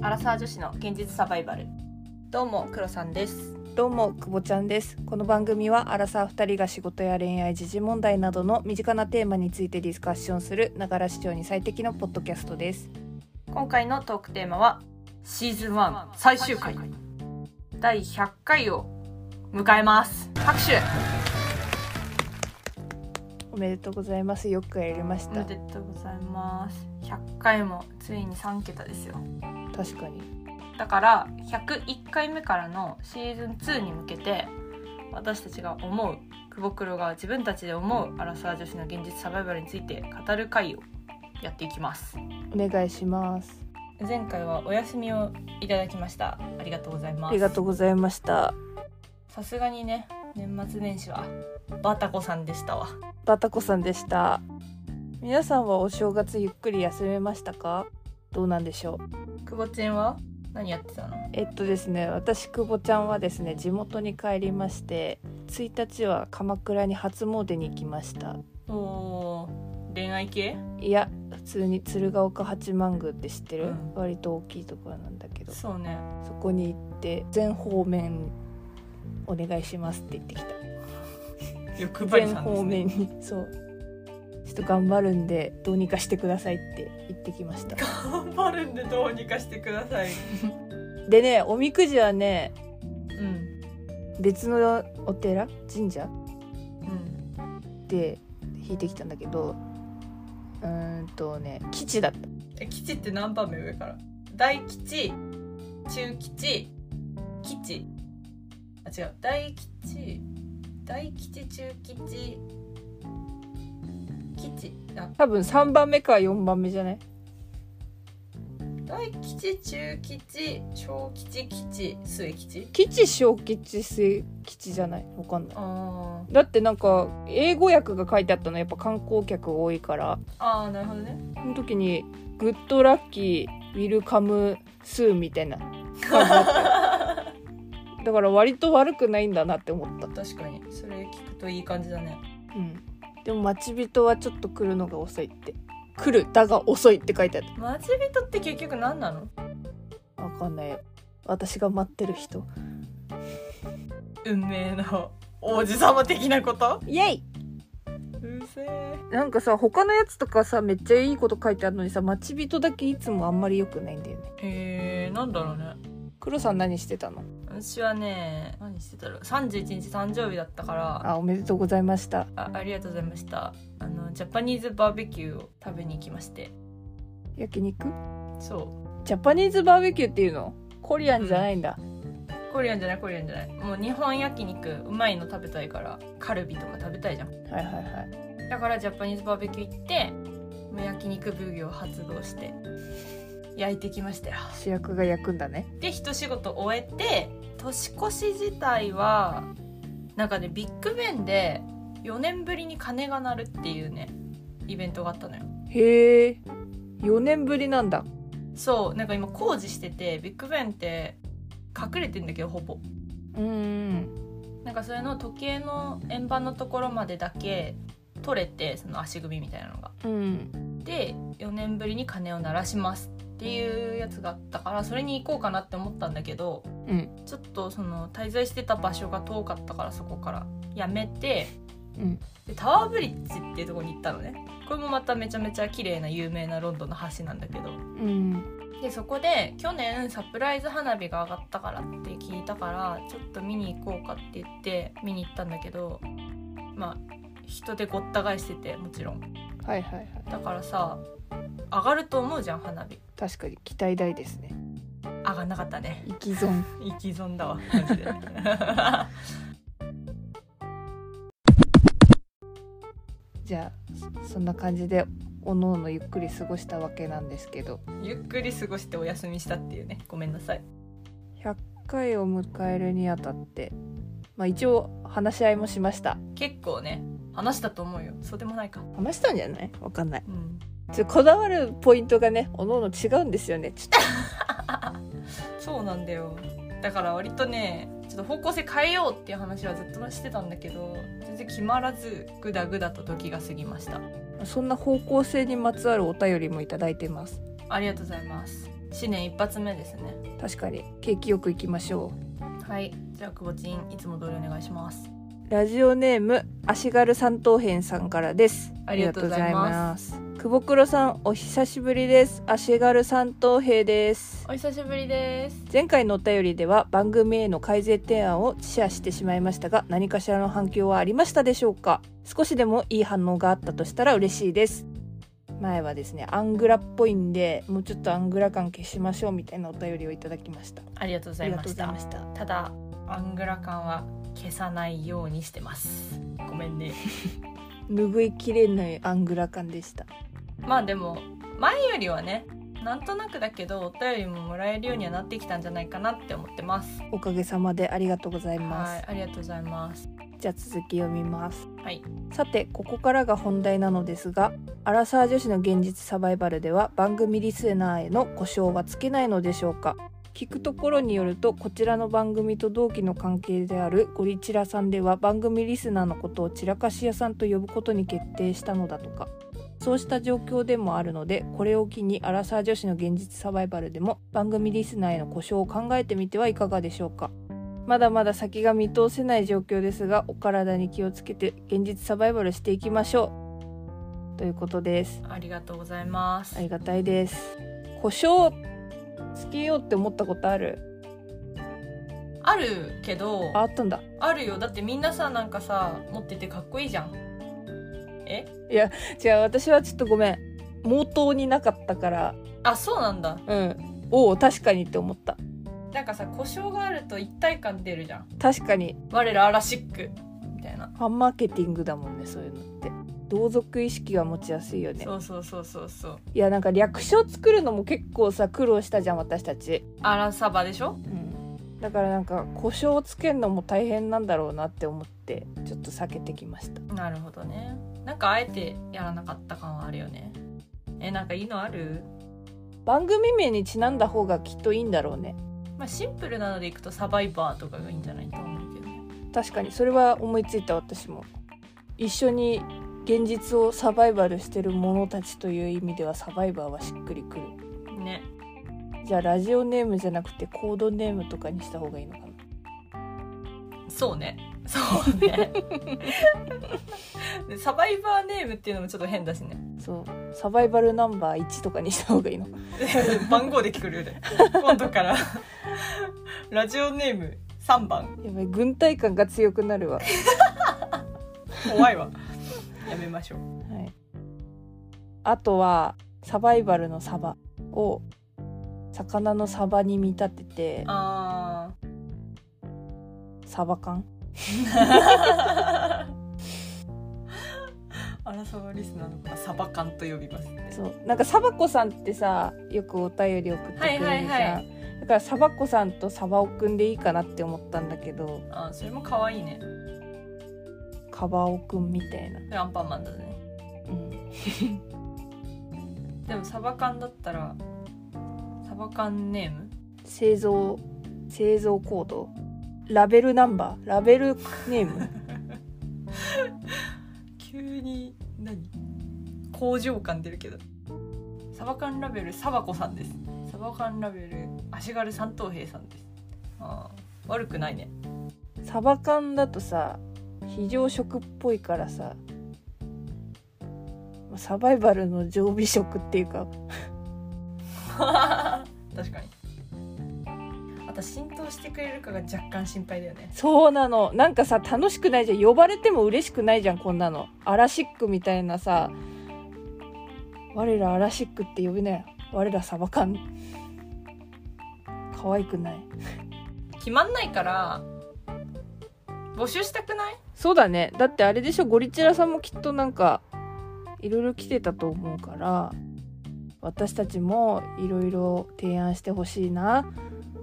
アラサー女子の現実サバイバルどうも黒さんですどうもくぼちゃんですこの番組はアラサー2人が仕事や恋愛時事問題などの身近なテーマについてディスカッションするながら視聴に最適のポッドキャストです今回のトークテーマはシーズン1最終回第100回を迎えます拍手おめでとうございますよくやりましおめたでとうございます100回もついに3桁ですよ確かにだから101回目からのシーズン2に向けて私たちが思う久保黒が自分たちで思うアラサー女子の現実サバイバルについて語る回をやっていきますお願いします前回はお休みをいただきましたありがとうございまあすりがとうございましたさすがにね年末年始はバタコさんでしたわバタコさんでした皆さんはお正月ゆっくり休めましたかどうなんでしょう久保ちんは何やってたのえっとですね私くぼちゃんはですね地元に帰りまして1日は鎌倉に初詣に行きましたおー恋愛系いや普通に鶴岡八幡宮って知ってうる、ん割と大きいところなんだけどそそうねこに行って全方面お願いしますって言ってきた、欲張り全さんで方すね面にそうちょっと頑張るんでどうにかしてくださいって言ってきました頑張るんでどうにかしてくださいでねおみくじはねうん別のお寺神社うんで引いてきたんだけどうーんとね吉だったえ吉って何番目上から大吉中吉吉あ違う大吉大吉中吉吉あ多分3番目か4番目じゃない大吉中吉小吉吉末吉吉小吉末吉じゃないわかんないあーだってなんか英語訳が書いてあったのやっぱ観光客多いからあーなるほどねその時に「グッドラッキーウィルカムスー」みたい な感じだっただから割と悪くないんだなって思った、確かにそれ聞くといい感じだねうん、でも待ち人はちょっと来るのが遅いって「来るだが遅い」って書いてあっ待ち人って結局何なのたわかんないよ私が待ってる人運命の王子様的なことイエイうせえなんかさ他のやつとかさめっちゃいいこと書いてあるのにさ待ち人だけいつもあんまり良くないんだよねえー、なんだろうね黒さん何してたの私はね何してたろう31日誕生日だったからあおめでとうございましたあありがとうございましたあのジャパニーズバーベキューを食べに行きまして焼肉そうジャパニーズバーベキューっていうのコリアンじゃないんだ、コリアンじゃないコリアンじゃないもう日本焼肉うまいの食べたいからカルビとか食べたいじゃんはいはいはいだからジャパニーズバーベキュー行ってもう焼肉奉行発動して焼いてきましたよ主役が焼くんだねで一仕事終えて年越し自体はなんかねビッグベンで4年ぶりに鐘が鳴るっていうねイベントがあったのよへえ4年ぶりなんだそうなんか今工事しててビッグベンって隠れてんだけどほぼうーんなんかそれの時計の円盤のところまでだけ取れてその足組みみたいなのがうんで4年ぶりに鐘を鳴らしますっていうやつがあったからそれに行こうかなって思ったんだけどうんちょっとその滞在してた場所が遠かったからそこからやめてうんでタワーブリッジっていうところに行ったのねこれもまためちゃめちゃ綺麗な有名なロンドンの橋なんだけどうんでそこで去年サプライズ花火が上がったからって聞いたからちょっと見に行こうかって言って見に行ったんだけどまあ人でごった返しててもちろんはいはいはいだからさ上がると思うじゃん花火確かに期待大ですね上がんなかったね生き損生き損だわマジでじゃあそそんな感じでおのおのゆっくり過ごしたわけなんですけど ゆっくり過ごしてお休みしたっていうねごめんなさい100回を迎えるにあたってまあ一応話し合いもしました結構ね話したと思うよそうでもないか話したんじゃないわかんないうんちょこだわるポイントがねおのおの違うんですよねちょっとそうなんだよだから割とねちょっと方向性変えようっていう話はずっとしてたんだけど全然決まらずグダグダと時が過ぎましたそんな方向性にまつわるお便りもいただいてます。ありがとうございます新年一発目ですね確かに景気よくいきましょはいじゃあくぼちんいつも通りお願いしますうラジオネーム足軽三等編さんからですありがとうございますありがとうございます久保黒さんお久しぶりです足軽三等兵ですお久しぶりです前回のお便りでは番組への改善提案をシェアしてしまいましたが何かしらの反響はありましたでしょうか少しでもいい反応があったとしたら嬉しいです前はですねアングラっぽいんでもうちょっとアングラ感消しましょうみたいなお便りをいただきましたありがとうごあざいりがまとうしございたましたただアングラ感は消さないようにしてますごめんね拭いきれないアングラ感でしたまあでも前よりはねなんとなくだけどお便りももらえるようにはなってきたんじゃないかなって思ってますおかげさまでありがとうございます、はいありがとうございますじゃあ続き読みますはいさてここからが本題なのですがアラサー女子の現実サバイバルでは番組リスナーへの故障はつけないのでしょうか聞くところによるとこちらの番組と同期の関係であるゴリチラさんでは番組リスナーのことを散らかし屋さんと呼ぶことに決定したのだとかそうした状況でもあるのでこれを機にアラサー女子の現実サバイバルでも番組リスナーへの故障を考えてみてはいかがでしょうかまだまだ先が見通せない状況ですがお体に気をつけて現実サバイバルしていきましょうということですありがとうございますありがたいです故障つけようって思ったことあるあるけどああったんだあるよだってみんなさなんかさ持っててかっこいいじゃんえ違う私はちょっとごめん毛頭になかったからあそうなんだうんおお確かにって思ったなんかさ故障があると一体感出るじゃん確かに我らアラシックみたいな、ファンマーケティングだもんねそういうのって同族意識が持ちやすいよねそうそうそうそうそういやなんか略称作るのも結構さ苦労したじゃん私たち、アラサバでしょうん、だからなんか故障をつけるのも大変なんだろうなって思ってちょっと避けてきましたなるほどねなんかあえてやらなかった感はあるよねえなんかいいのある番組名にちなんだ方がきっといいんだろうねまあシンプルなのでいくとサバイバーとかがいいんじゃないと思うけど確かにそれは思いついた私も一緒に現実をサバイバルしてる者たちという意味ではサバイバーはしっくりくるねじゃあラジオネームじゃなくてコードネームとかにした方がいいのかなそうねそうね でサバイバーネームっていうのもちょっと変だしね そうサバイバルナンバー1とかにした方がいいの番号で聞くるよね今度からラジオネーム3番やばい軍隊感が強くなるわ、は怖いわやめましょうい、あとはサバイバルのサバを魚のサバに見立ててあサバ缶あアラサバリスナーの子はサバ缶と呼びますねそうなんかサバ子さんってさよくお便り送ってくれるじゃん、はいはいはだからサバ子さんとサバオくんでいいかなって思ったんだけどあーそれも可愛いねカバオくんみたいな、それアンパンマンだねうん、でもサバ缶だったらサバ缶ネーム製造製造コードラベルナンバーラベルネーム急に何工場感出るけどサバ缶ラベルサバコさんですサバ缶ラベル足軽三等兵さんですあー悪くないねサバ缶だとさ非常食っぽいからさまあサバイバルの常備食っていうか確かにあと浸透してくれるかが若干心配だよねそうなのなんかさ楽しくないじゃん呼ばれても嬉しくないじゃんこんなのアラシックみたいなさ我らアラシックって呼びなよ我らサバ缶可愛くない決まんないから募集したくないそうだねだってあれでしょゴリチラさんもきっとなんかいろいろ来てたと思うから私たちもいろいろ提案してほしいな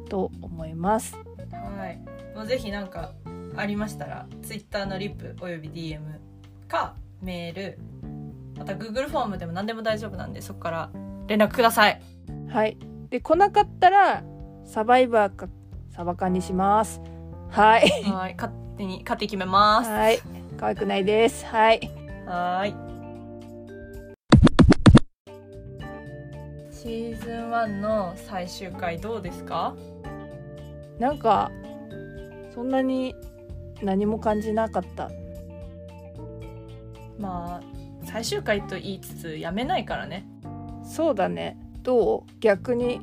と思いますはいもうぜひなんかありましたら Twitter のリップおよび DM かメールまた Google フォームでも何でも大丈夫なんでそこから連絡くださいはいで来なかったらサバイバーかサバ缶にしますはい はい勝手に勝手に決めますはい、可愛くないです。はい。はーいシーズン1の最終回どうですかなんかそんなに何も感じなかったまあ最終回と言いつつやめないからねそうだねどう逆に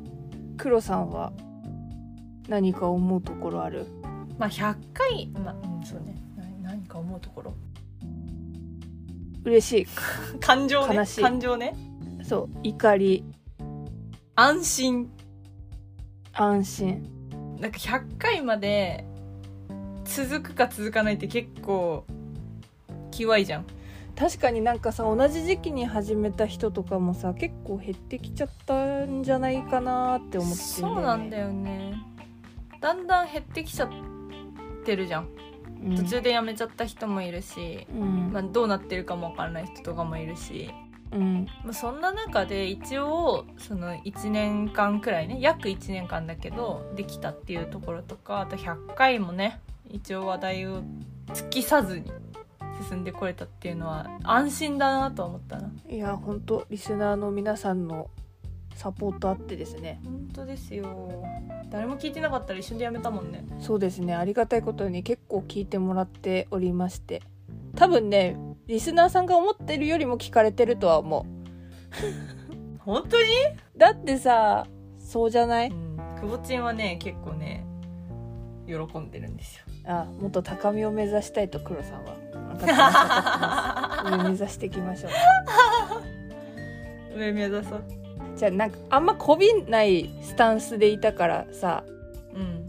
黒さんは何か思うところあるまあ100回まあうんそうねな何か思うところ嬉し感情ね悲しい感情ねいそう怒り安心安心なんか100回まで続くか続かないって結構きわいじゃん確かになんかさ同じ時期に始めた人とかもさ結構減ってきちゃったんじゃないかなって思ってんそうなんだよよねだんだん減ってきちゃってるじゃんね途中で辞めちゃった人もいるし、うんまあ、どうなってるかもわからない人とかもいるし、うんまあ、そんな中で一応その1年間くらいね約1年間だけどできたっていうところとかあと100回もね一応話題を尽きさずに進んでこれたっていうのは安心だなと思ったないや本当リスナーの皆さんのサポートあってですね本当ですよ誰も聞いてなかったら一緒に辞めたもんねそうですねありがたいことに結構聞いてもらっておりまして多分ねリスナーさんが思ってるよりも聞かれてるとは思本当にうだってさそうじゃないくぼちんはね結構ね喜んでるんですよあもっと高みを目指したいと黒さんはなんか楽しかったです上目指していきましょう上目指そうじゃあなんかあんまこびないスタンスでいたからさうん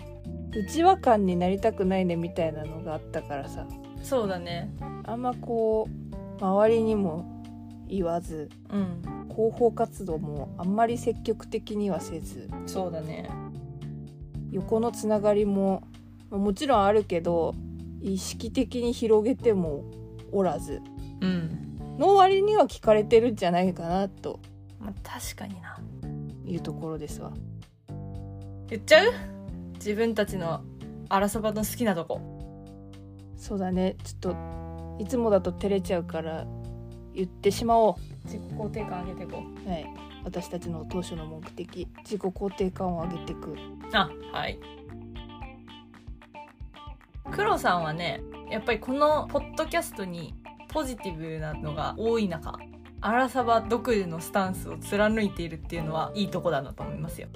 内輪感になりたくないねみたいなのがあったからさそうだねあんまこう周りにも言わずうん広報活動もあんまり積極的にはせずそうだね横のつながりもまあもちろんあるけど意識的に広げてもおらずうんの割には聞かれてるんじゃないかなとまあ、確かにないうところですわ言っちゃう自分たちのあらそばの好きなとこそうだねちょっといつもだと照れちゃうから言ってしまおう自己肯定感上げていこうはい私たちの当初の目的自己肯定感を上げていくあはいクロさんはねやっぱりこのポッドキャストにポジティブなのが多い中アラサバ独自のスタンスを貫いているっていうのはいいとこだなと思いますよ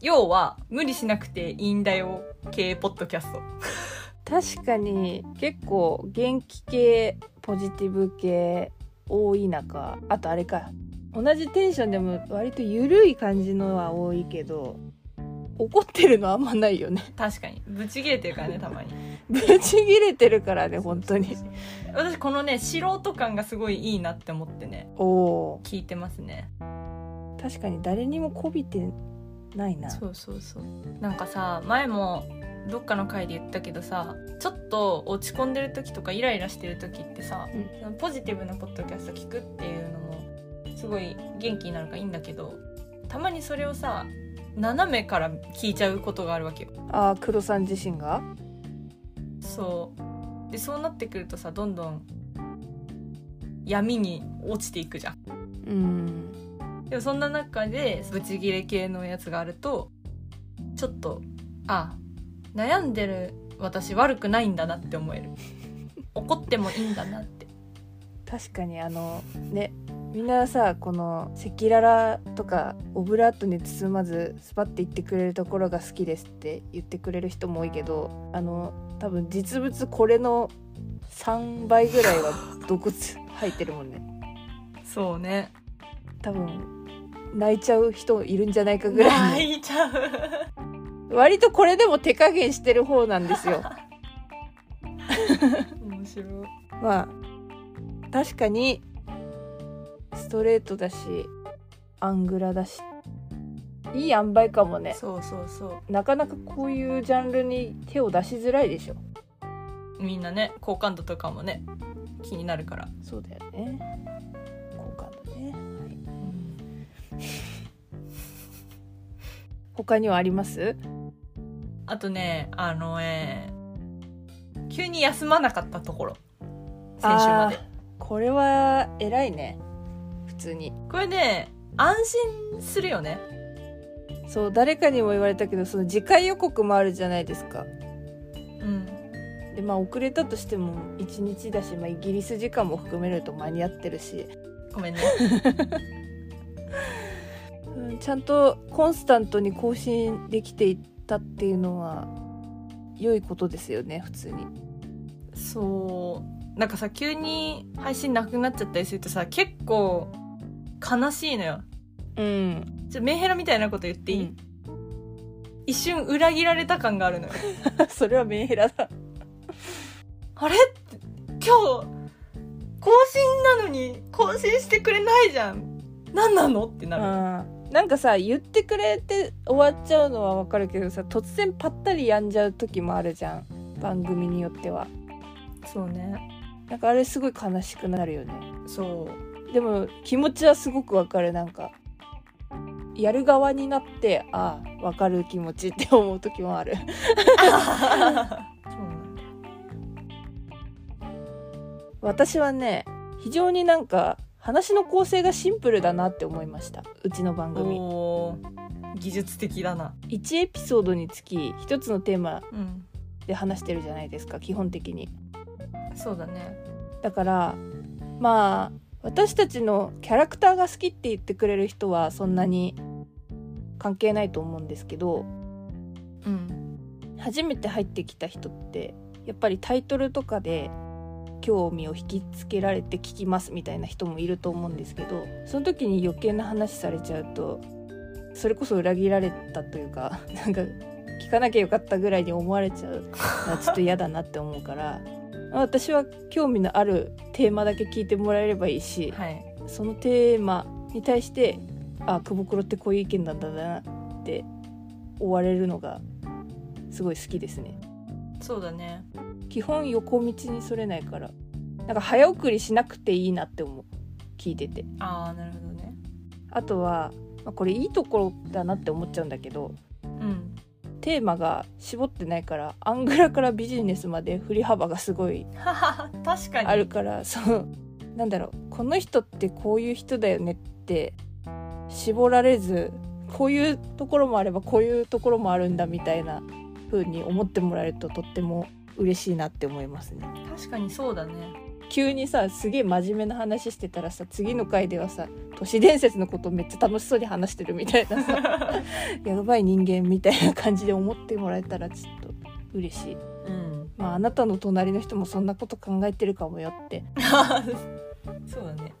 要は無理しなくていいんだよ系ポッドキャスト確かに結構元気系ポジティブ系多い中あとあれか同じテンションでも割と緩い感じのは多いけど怒ってるのあんまないよね 確かにブチ切れてるからねたまにぶち切れてるからね本当に私このね素人感がすごいいいなって思ってねおお聞いてますねー確かに誰にもこびてないなそうそうそうなんかさ前もどっかの回で言ったけどさちょっと落ち込んでる時とかイライラしてる時ってさ、ポジティブなポッドキャスト聞くっていうのもすごい元気になるからいいんだけどたまにそれをさ斜めから聞いちゃうことがあるわけよあー黒さん自身がそうでそうなってくるとさどんどん闇に落ちていくじゃんうんでもそんな中でブチギレ系のやつがあるとちょっとあ悩んでる私悪くないんだなって思え る怒ってもいいんだなって確かにあのねみんなさこの赤裸々とかオブラートに包まずスパッて言ってくれるところが好きですって言ってくれる人も多いけどあの多分実物これの3倍ぐらいは毒入ってるもんねそうね多分泣いちゃう人いるんじゃないかぐらい泣いちゃうの割とこれでも手加減してる方なんですよ面白いまあ確かにストレートだしアングラだしいい塩梅かもねそうそうそなかなかこういうジャンルに手を出しづらいでしょうみんなね好感度とかもね気になるから、そうだよね好感度ね他にはありますあとねあのえー急に休まなかったところ先週まであーこれは偉いね普通にこれね安心するよねそう誰かにも言われたけどその次回予告もあるじゃないですかうんでまあ遅れたとしても1日だし、まあ、イギリス時間も含めると間に合ってるし、ごめんねうん、ちゃんとコンスタントに更新できていったっていうのは良いことですよね普通にそうなんかさ急に配信なくなっちゃったりするとさ結構悲しいのようんちょメンヘラみたいなこと言っていい、うん一瞬裏切られた感があるのよ それはメンヘラだあれって今日更新なのに更新してくれないじゃん何なのってなる、うんなんかさ言ってくれて終わっちゃうのはわかるけどさ突然パッタリやんじゃう時もあるじゃん番組によってはそうねなんかあれすごい悲しくなるよねそでも気持ちはすごくわかるなんかやる側になってああわかる気持ちって思う時もあるうそう なんだ私はね非常になんか話の構成がシンプルだなって思いましたうちの番組おー技術的だな1エピソードにつき1つのテーマうんで話してるじゃないですか基本的にそうだねだからまあ私たちのキャラクターが好きって言ってくれる人はそんなに関係ないと思うんですけどうん初めて入ってきた人ってやっぱりタイトルとかで興味を引きつけられて聞きますみたいな人もいると思うんですけどその時に余計な話されちゃうとそれこそ裏切られたというか なんか聞かなきゃよかったぐらいに思われちゃうのはちょっと嫌だなって思うから私は興味のあるテーマだけ聞いてもらえればいいしはいそのテーマに対してあ久保黒ってこういう意見なんだなって追われるのがすごい好きですねそうだね基本横道にそれないからなんか早送りしなくていいなって思う聞いててああなるほどねあとは、まあこれいいところだなって思っちゃうんだけどうん テーマが絞ってないからアングラからビジネスまで振り幅がすごいははは確かにあるからそうなんだろうこの人ってこういう人だよねって絞られずこういうところもあればこういうところもあるんだみたいな風に思ってもらえるととっても嬉しいなって思いますね。確かにそうだ ね急にさすげえ真面目な話してたらさ次の回ではさ都市伝説のことめっちゃ楽しそうに話してるみたい なさやばい人間みたいな感じで思ってもらえたらちょっと嬉しい。うんまああなたの隣の人もそんなこと考えてるかもよって そうだね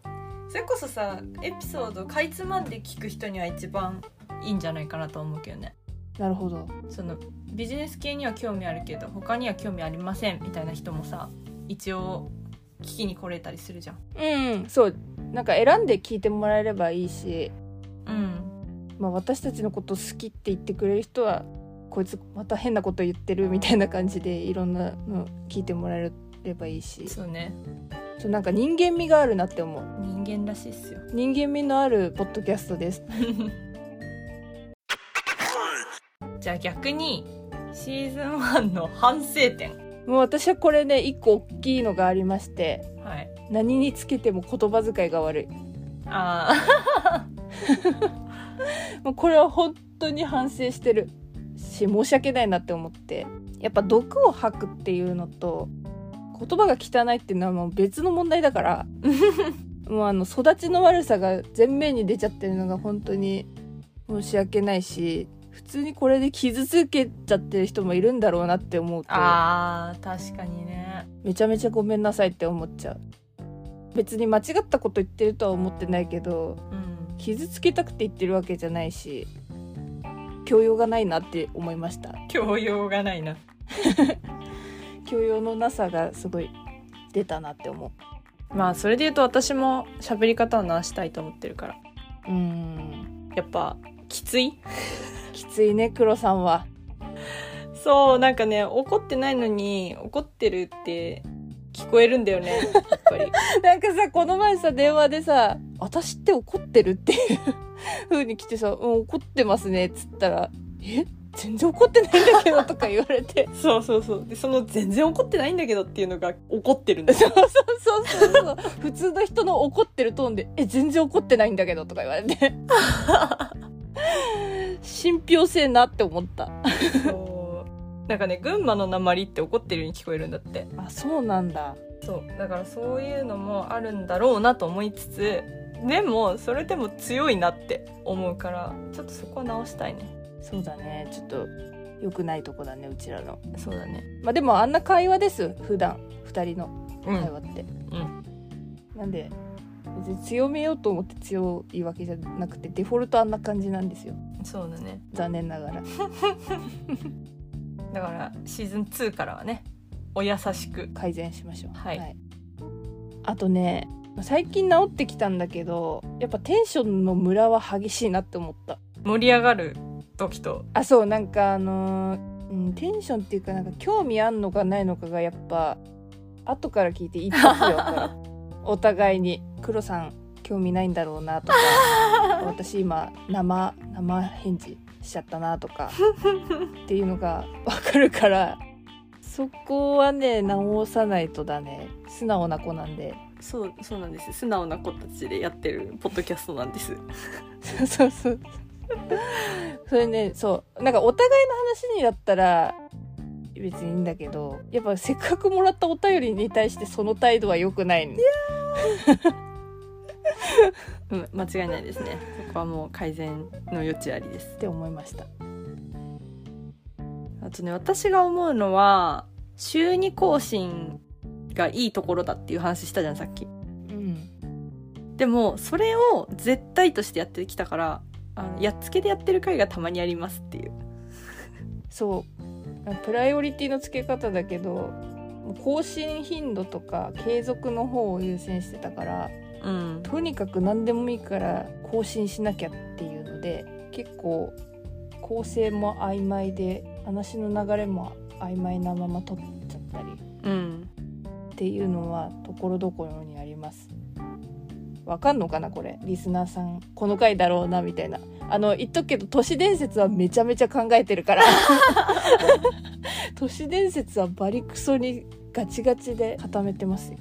それこそさエピソードかいつまんで聞く人には一番いいんじゃないかなと思うけどねなるほどそのビジネス系には興味あるけど他には興味ありませんみたいな人もさ一応聞きに来れたりするじゃんうんそうなんか選んで聞いてもらえればいいし、うんまあ、私たちのこと好きって言ってくれる人はこいつまた変なこと言ってるみたいな感じでいろんなの聞いてもらえればいいしそうねそうなんか人間味があるなって思う人間らしいっすよ人間味のあるポッドキャストですじゃあ逆にシーズン1の反省点もう私はこれね一個大きいのがありましてはい何につけても言葉遣いが悪い あもうこれは本当に反省してるし申し訳ないなって思ってやっぱ毒を吐くっていうのと言葉が汚いっていうのはもう別の問題だから もうあの育ちの悪さが前面に出ちゃってるのが本当に申し訳ないし普通にこれで傷つけちゃってる人もいるんだろうなって思うとあー確かにねめちゃめちゃごめんなさいって思っちゃう別に間違ったこと言ってるとは思ってないけどうん傷つけたくて言ってるわけじゃないし教養がないなって思いました教養がないな教養のなさがすごい出たなって思まあそれで言うと私も喋り方を直したいと思ってるからううーんやっぱきついきついね黒さんはそうなんかね怒ってないのに怒ってるって聞こえるんだよねやっぱ りなんかさこの前さ電話でさ「私って怒ってる?」っていう風に来てさ「うん怒ってますね」っつったら「え全然怒ってないんだけどとか言われてそうそうそうでその全然怒ってないんだけどっていうのが怒ってるんですそうよそうそうそうそう普通の人の怒ってるトーンで「え全然怒ってないんだけど」とか言われて信憑性なって思ったそうなんかね群馬の鉛って怒ってるように聞こえるんだってあそうなんだそうだからそういうのもあるんだろうなと思いつつでもそれでも強いなって思うからちょっとそこは直したいねそうだねちょっと良くないとこだねうちらのそうだねまあでもあんな会話です普段二人のう会ん話って、うんなんで別に強めようと思って強いわけじゃなくてデフォルトあんな感じなんですよそうだね残念ながらだからシーズン2からはねお優しく改善しましょうはいあとね最近治ってきたんだけどやっぱテンションのムラは激しいなって思った盛り上がる時とあそうなんかあのーうん、テンションっていうかなんか興味あんのかないのかがやっぱ後から聞いて一発で分かるお互いに「黒さん興味ないんだろうな」とか「私今生生返事しちゃったな」とかっていうのが分かるからそこはね直さないとだね素直な子なんでそうそうなんです素直な子たちでやってるポッドキャストなんですそうそうそうそれねそうなんかお互いの話にだったら別にいいんだけどやっぱせっかくもらったお便りに対してその態度は良くないねうん間違いないですねそこはもう改善の余地ありですって思いましたあとね私が思うのは週2更新がいいところだっていう話したじゃんさっきうんでもそれを絶対としてやってきたからあのやっつけでやってる回がたまにありますっていうそうプライオリティの付け方だけどもう更新頻度とか継続の方を優先してたからうんとにかく何でもいいから更新しなきゃっていうので結構構成も曖昧で話の流れも曖昧なまま取っちゃったりうんっていうのはところどころにあります。わかんのかなこれリスナーさんこの回だろうなみたいなあの言っとくけど都市伝説はめちゃめちゃ考えてるから都市伝説はバリクソにガチガチで固めてますよ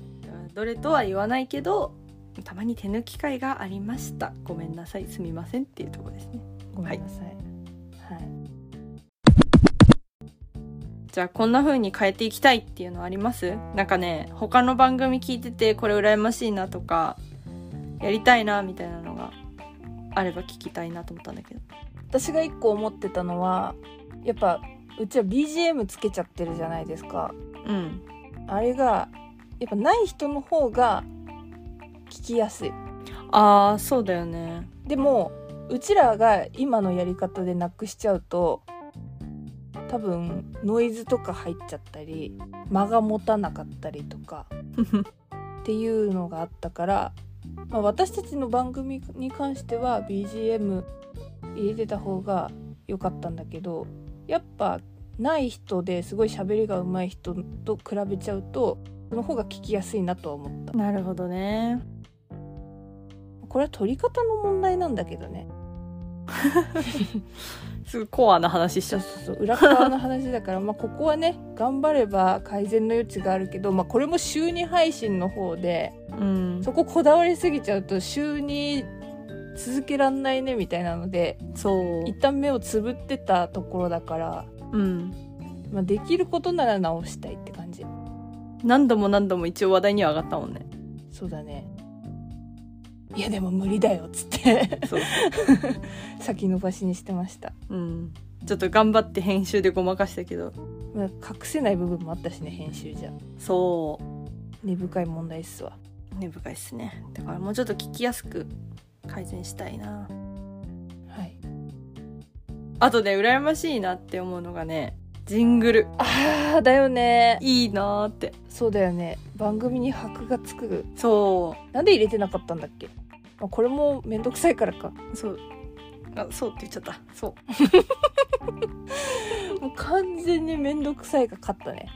どれとは言わないけどたまに手抜き会がありましたごめんなさいすみませんっていうところですねごめんなさい、はいじゃあこんな風に変えていきたいっていうのありますなんかね他の番組聞いててこれ羨ましいなとかやりたいなみたいなのがあれば聞きたいなと思ったんだけど私が一個思ってたのはやっぱうちは BGM つけちゃってるじゃないですかうんあれがやっぱない人の方が聞きやすいああそうだよね でもうちらが今のやり方でなくしちゃうと多分ノイズとか入っちゃったり間が持たなかったりとかっていうのがあったから、まあ、私たちの番組に関しては BGM 入れてた方が良かったんだけどやっぱない人ですごい喋りが上手い人と比べちゃうとその方が聞きやすいなとは思ったなるほどねこれは取り方の問題なんだけどねすぐコアな話しちそゃうっそうそう裏側の話だからまあここはね頑張れば改善の余地があるけど、まあ、これも週2配信の方でたうんそここだわりすぎちゃうと週2続けらんないねみたいなのでそう一旦目をつぶってたところだから、うんまあ、できることなら直したいって感じ何度も何度も一応話題には上がったもんねそうだねいやでも無理だよっつって そう先延ばしにしてました、うんちょっと頑張って編集でごまかしたけどまあ、隠せない部分もあったしね編集じゃそう根深い問題っすわ根深いですねだからもうちょっと聞きやすく改善したいなはいあとね羨ましいなって思うのがねジングルあーだよねいいなーってそうだよね番組に箔がつくそなんで入れてなかったんだっけあこれもめんどくさいからかうそうあそうって言っちゃったそうもう完全にめんどくさいが勝ったね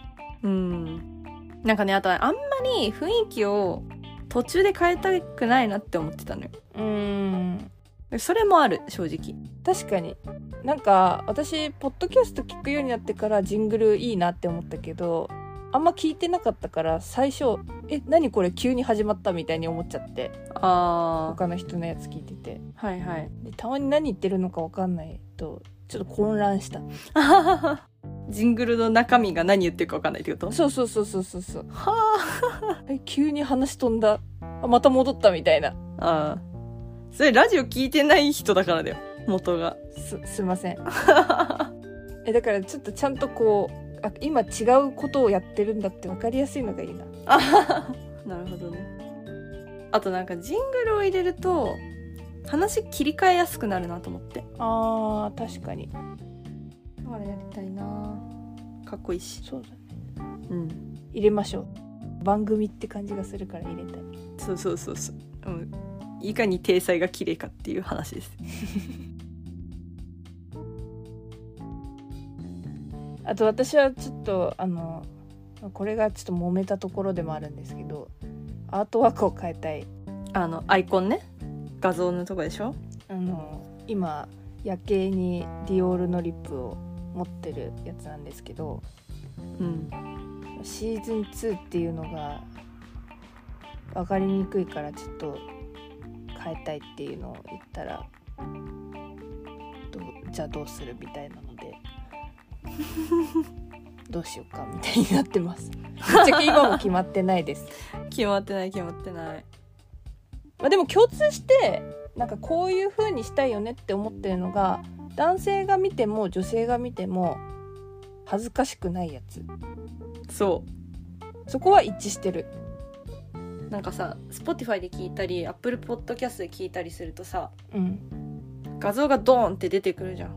うんなんかねあとあんまり雰囲気を途中で変えたくないなって思ってたのようーんでそれもある正直確かになんか私ポッドキャスト聞くようになってからジングルいいなって思ったけどあんま聞いてなかったから最初「え何これ急に始まった」みたいに思っちゃってあ他の人のやつ聞いててあはいはい でたまに何言ってるのか分かんないとちょっと混乱したジングルの中身が何言ってるか分かんないってことそうそうそうそうそうそうはえ急に話飛んだあまた戻ったみたいなあああそれラジオ聞いてない人だからだよ元がすすいませんえだからちょっとちゃんとこうあ今違うことをやってるんだって分かりやすいのがいいななるほどねあとなんかジングルを入れると話切り替えやすくなるなと思ってあー確かにあれやりたいなかっこいいしそうだねうん入れましょう番組って感じがするから入れたいそうそうそうそう、うん、いかに体裁が綺麗かっていう話ですあと私はちょっとあのこれがちょっと揉めたところでもあるんですけどアートワークを変えたいあのアイコンね画像のとこでしょあの今夜景にディオールのリップを持ってるやつなんですけどうんシーズン2っていうのが分かりにくいからちょっと変えたいっていうのを言ったらどうじゃあどうするみたいなのでどうしようかみたいになってます。ぶっちゃけ今も決まってないです。決まってない決まってないまあ、でも共通してなんかこういう風にしたいよねって思ってるのが男性が見ても女性が見ても恥ずかしくないやつそそこは一致してる。うなんかさ Spotify で聞いたり Apple Podcast で聞いたりするとさうん画像がドーンって出てくるじゃん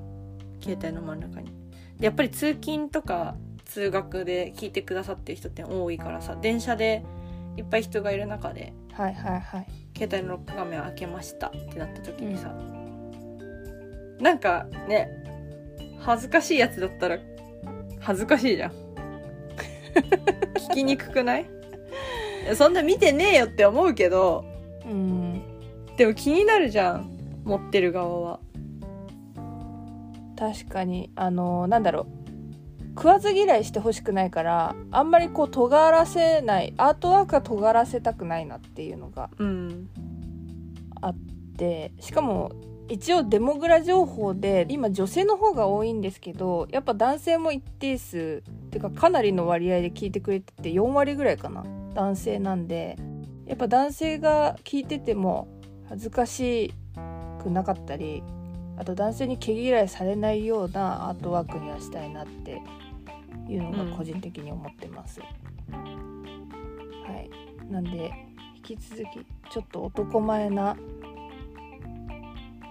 携帯の真ん中にでやっぱり通勤とか通学で聞いてくださってる人って多いからさ電車でいっぱい人がいる中ではいはいはい。携帯のロック画面を開けましたってなった時にさ、なんかね恥ずかしいやつだったら恥ずかしいじゃん 聞きにくくないいやそんな見てねえよって思うけどうんでも気になるじゃん持ってる側は確かにあのなんだろう食わず嫌いしてほしくないからあんまりこう尖らせないアートワークは尖らせたくないなっていうのがうんでしかも一応デモグラ情報で今女性の方が多いんですけどやっぱ男性も一定数っていうかかなりの割合で聞いてくれてて4割ぐらいかな男性なんでやっぱ男性が聞いてても恥ずかしくなかったりあと男性に毛嫌いされないようなアートワークにはしたいなっていうのが個人的に思ってます。はいなんで引き続きちょっと男前な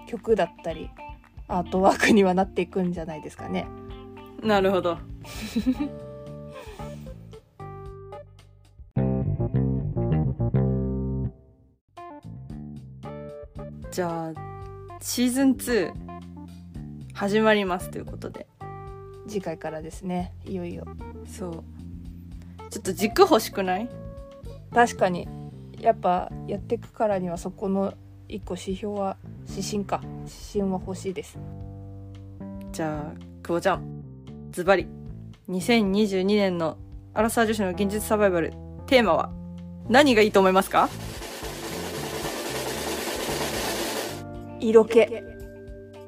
曲だったりアートワークにはなっていくんじゃないですかね。なるほど じゃあシーズン2始まりますということで次回からですねいよいよそうちょっと軸欲しくない確かにやっぱやっていくからにはそこの一個指標は指針か指針は欲しいですじゃあ久保ちゃんズバリ2022年のアラサー女子の現実サバイバルテーマは何がいいと思いますか色気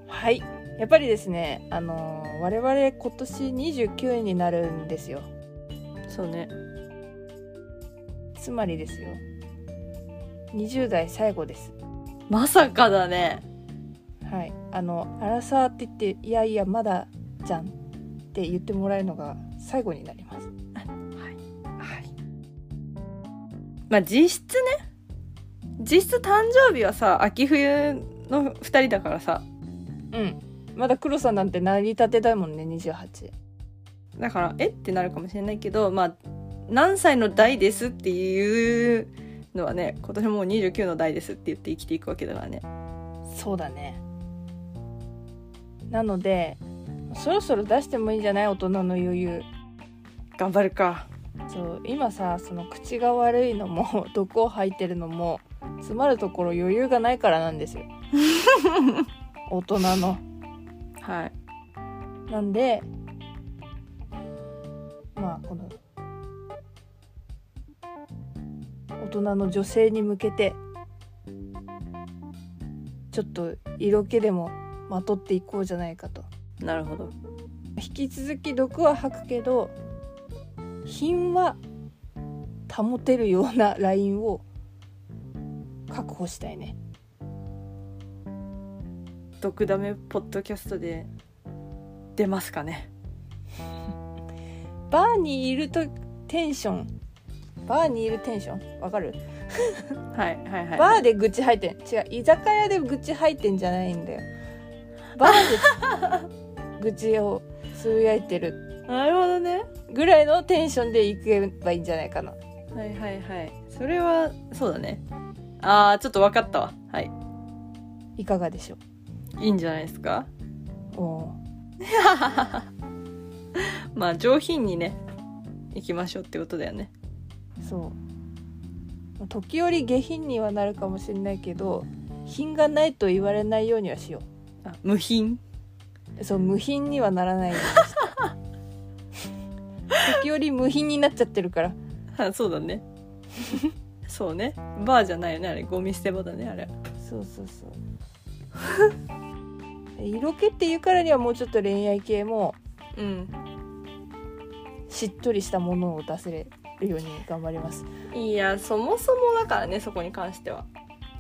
はいやっぱりですねあのー我々今年29になるんですよそうねつまりですよ20代最後ですまさかだねはいあの「アラサー」って言って「いやいやまだじゃん」って言ってもらえるのが最後になりますはい。まあ実質ね、実質誕生日はさ、秋冬の二人だからさ、うんまだ黒さんなんて成り立てだもんね28だから、えってなるかもしれないけど、まあ、何歳の代ですっていうのはね、今年もう29の代ですって言って生きていくわけだからね。そうだねなのでそろそろ出してもいいんじゃない大人の余裕頑張るか。そう今さその口が悪いのも 毒を吐いてるのも詰まるところ余裕がないからなんですよ大人のはい。なんでまあこの大人の女性に向けてちょっと色気でもまとっていこうじゃないかとなるほど引き続き毒は吐くけど品は保てるようなラインを確保したいね毒ダメポッドキャストで出ますかねバーにいるとテンションバーにいるテンションわかるはいはいはいバーで愚痴吐いてん違う居酒屋で愚痴吐いてんじゃないんだよバーで愚痴をつぶやいてるなるほどねぐらいのテンションで行けばいいんじゃないかなはいはいはいそれはそうだねあーちょっと分かったわはいいかがでしょいいんじゃないですかうおまあ上品にね行きましょうってことだよねーそう時折下品にはなるかもしれないけど品がないと言われないようにはしよあ無品 うそう無品にはならないようにして 時折無品になっちゃってるからあそうだね そうねバーじゃないよねあれゴミ捨て場だねあれそうそうそう色気っていう からにはもうちょっと恋愛系もうんしっとりしたものを出せるように頑張りますいやそもそもだからねそこに関しては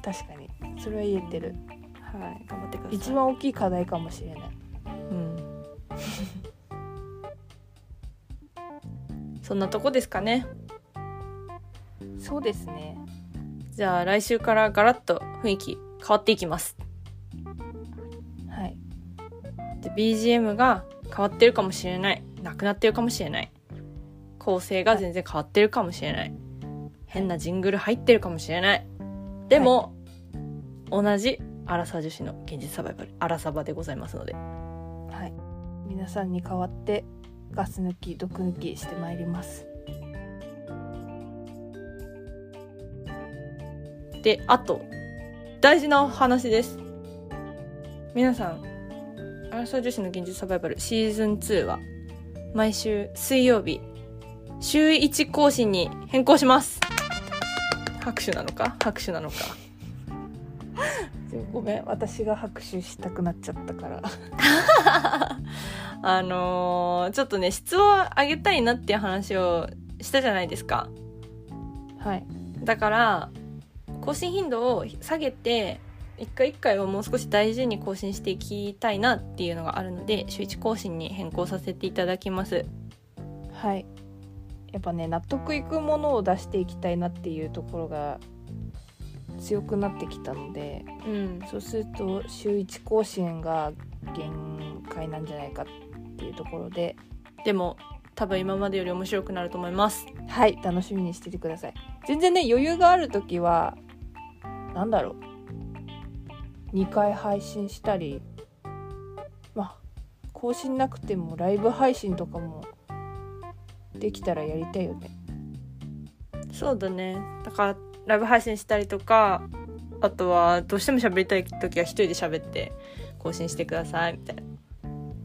確かにそれは言えてるはい頑張ってください一番大きい課題かもしれないうん、 そんなとこですかねそうですねじゃあ来週からガラッと雰囲気変わっていきますはいで BGM が変わってるかもしれないなくなってるかもしれない構成が全然変わってるかもしれない変なジングル入ってるかもしれないでも、同じアラサー女子の現実サバイバルアラサバでございますのではい皆さんに代わってガス抜き毒抜きしてまいりますであと大事なお話です皆さん「アラサー女子の現実サバイバル」シーズン2は毎週水曜日週1更新に変更します拍手なのか拍手なのかごめん私が拍手したくなっちゃったからあのーちょっとね質を上げたいなっていう話をしたじゃないですかはいだから更新頻度を下げて一回一回をもう少し大事に更新していきたいなっていうのがあるので週1更新に変更させていただきますはいやっぱね納得いくものを出していきたいなっていうところが強くなってきたのでうんそうすると週1更新が限界なんじゃないかっていうところででも多分今までより面白くなると思いますはい楽しみにしててください全然ね余裕がある時はなんだろう2回配信したりまあ更新なくてもライブ配信とかもできたらやりたいよねそうだねだからライブ配信したりとかあとはどうしても喋りたい時は一人で喋って更新してくださいみたいな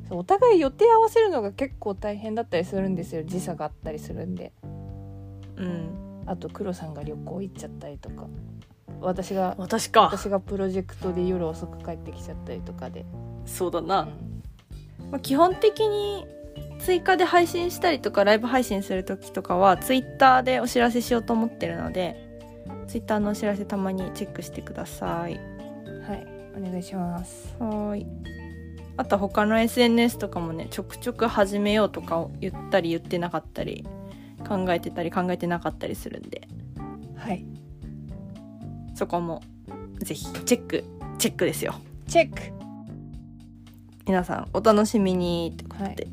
そうお互い予定合わせるのが結構大変だったりするんですよ時差があったりするんでうんあと黒さんが旅行行っちゃったりとか私が私か私がプロジェクトで夜遅く帰ってきちゃったりとかで、そうだうな、んまあ、基本的に追加で配信したりとかライブ配信する時とかはツイッターでお知らせしようと思ってるのでツイッターのお知らせたまにチェックしてくださいはいお願いしますはーいあと他の SNS とかもねちょくちょく始めようとかを言ったり言ってなかったり考えてたり考えてなかったりするんではいそこもぜひチェックチェックですよチェック皆さんお楽しみにということで、はい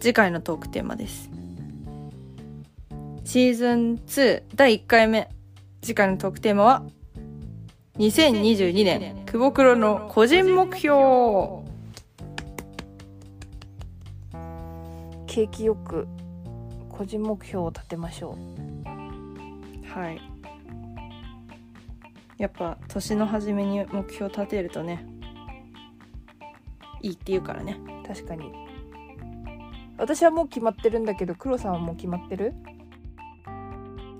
次回のトークテーマですシーズン2第1回目次回のトークテーマは2022年久保黒の個人目標景気よく個人目標を立てましょはいやっぱ年の初めに目標立てるとねいいって言うからね確かに私はもう決まってるんだけど黒さんはもう決まってる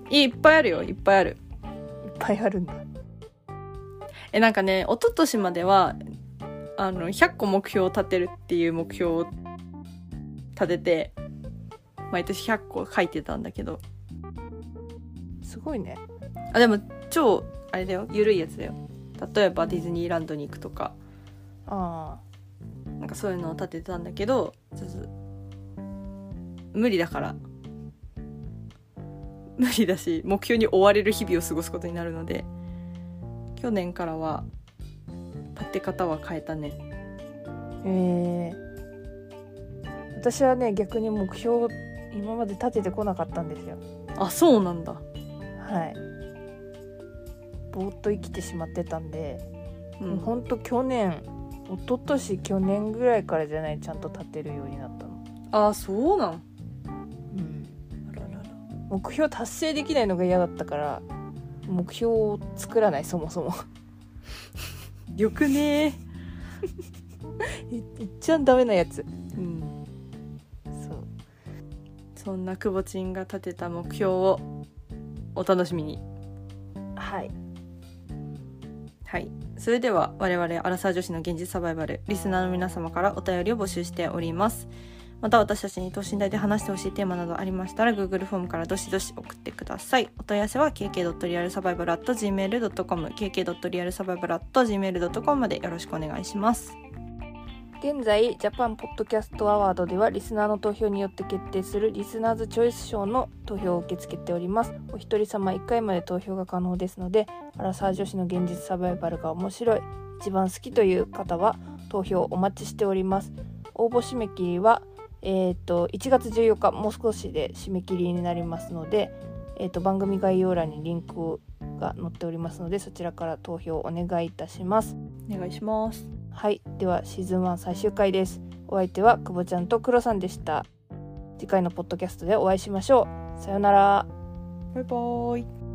いいいっぱいあるよいっぱいあるいっぱいあるんだえなんかね一昨年まではあの100個目標を立てるっていう目標を立てて毎年100個書いてたんだけどすごいねあでも超あれだよ緩いやつだよ例えばディズニーランドに行くとかあなんかそういうのを立ててたんだけどちょっと無理だから 無理だし目標に追われる日々を過ごすことになるので去年からは立て方は変えたねーえー私はね逆に目標を今まで立ててこなかったんですよあそうなんだはいぼーっと生きてしまってたんで、うもうんほんと去年一昨年去年ぐらいからじゃないちゃんと立てるようになったの、あそうなんうん、あららら目標達成できないのが嫌だったから目標を作らないそもそもよくねいいっちゃんダメなやつうんそうそんなくぼちんが立てた目標をお楽しみにはいはいそれでは我々アラサー女子の現実サバイバルリスナーの皆様からお便りを募集しておりますまた私たちに等身大で話してほしいテーマなどありましたら Google フォームからどしどし送ってくださいお問い合わせは kk.realsurvival.gmail.com kk.realsurvival.gmail.com までよろしくお願いします現在ジャパンポッドキャストアワードではリスナーの投票によって決定するリスナーズチョイス賞の投票を受け付けておりますお一人様1回まで投票が可能ですのでアラサー女子の現実サバイバルが面白い一番好きという方は投票お待ちしております応募締め切りはえー、と1月14日もう少しで締め切りになりますので、えー、と番組概要欄にリンクが載っておりますのでそちらから投票お願いいたしますお願いしますはい、ではシーズン1最終回です。お相手は久保ちゃんとクロさんでした。次回のポッドキャストでお会いしましょう。さようなら。バイバイ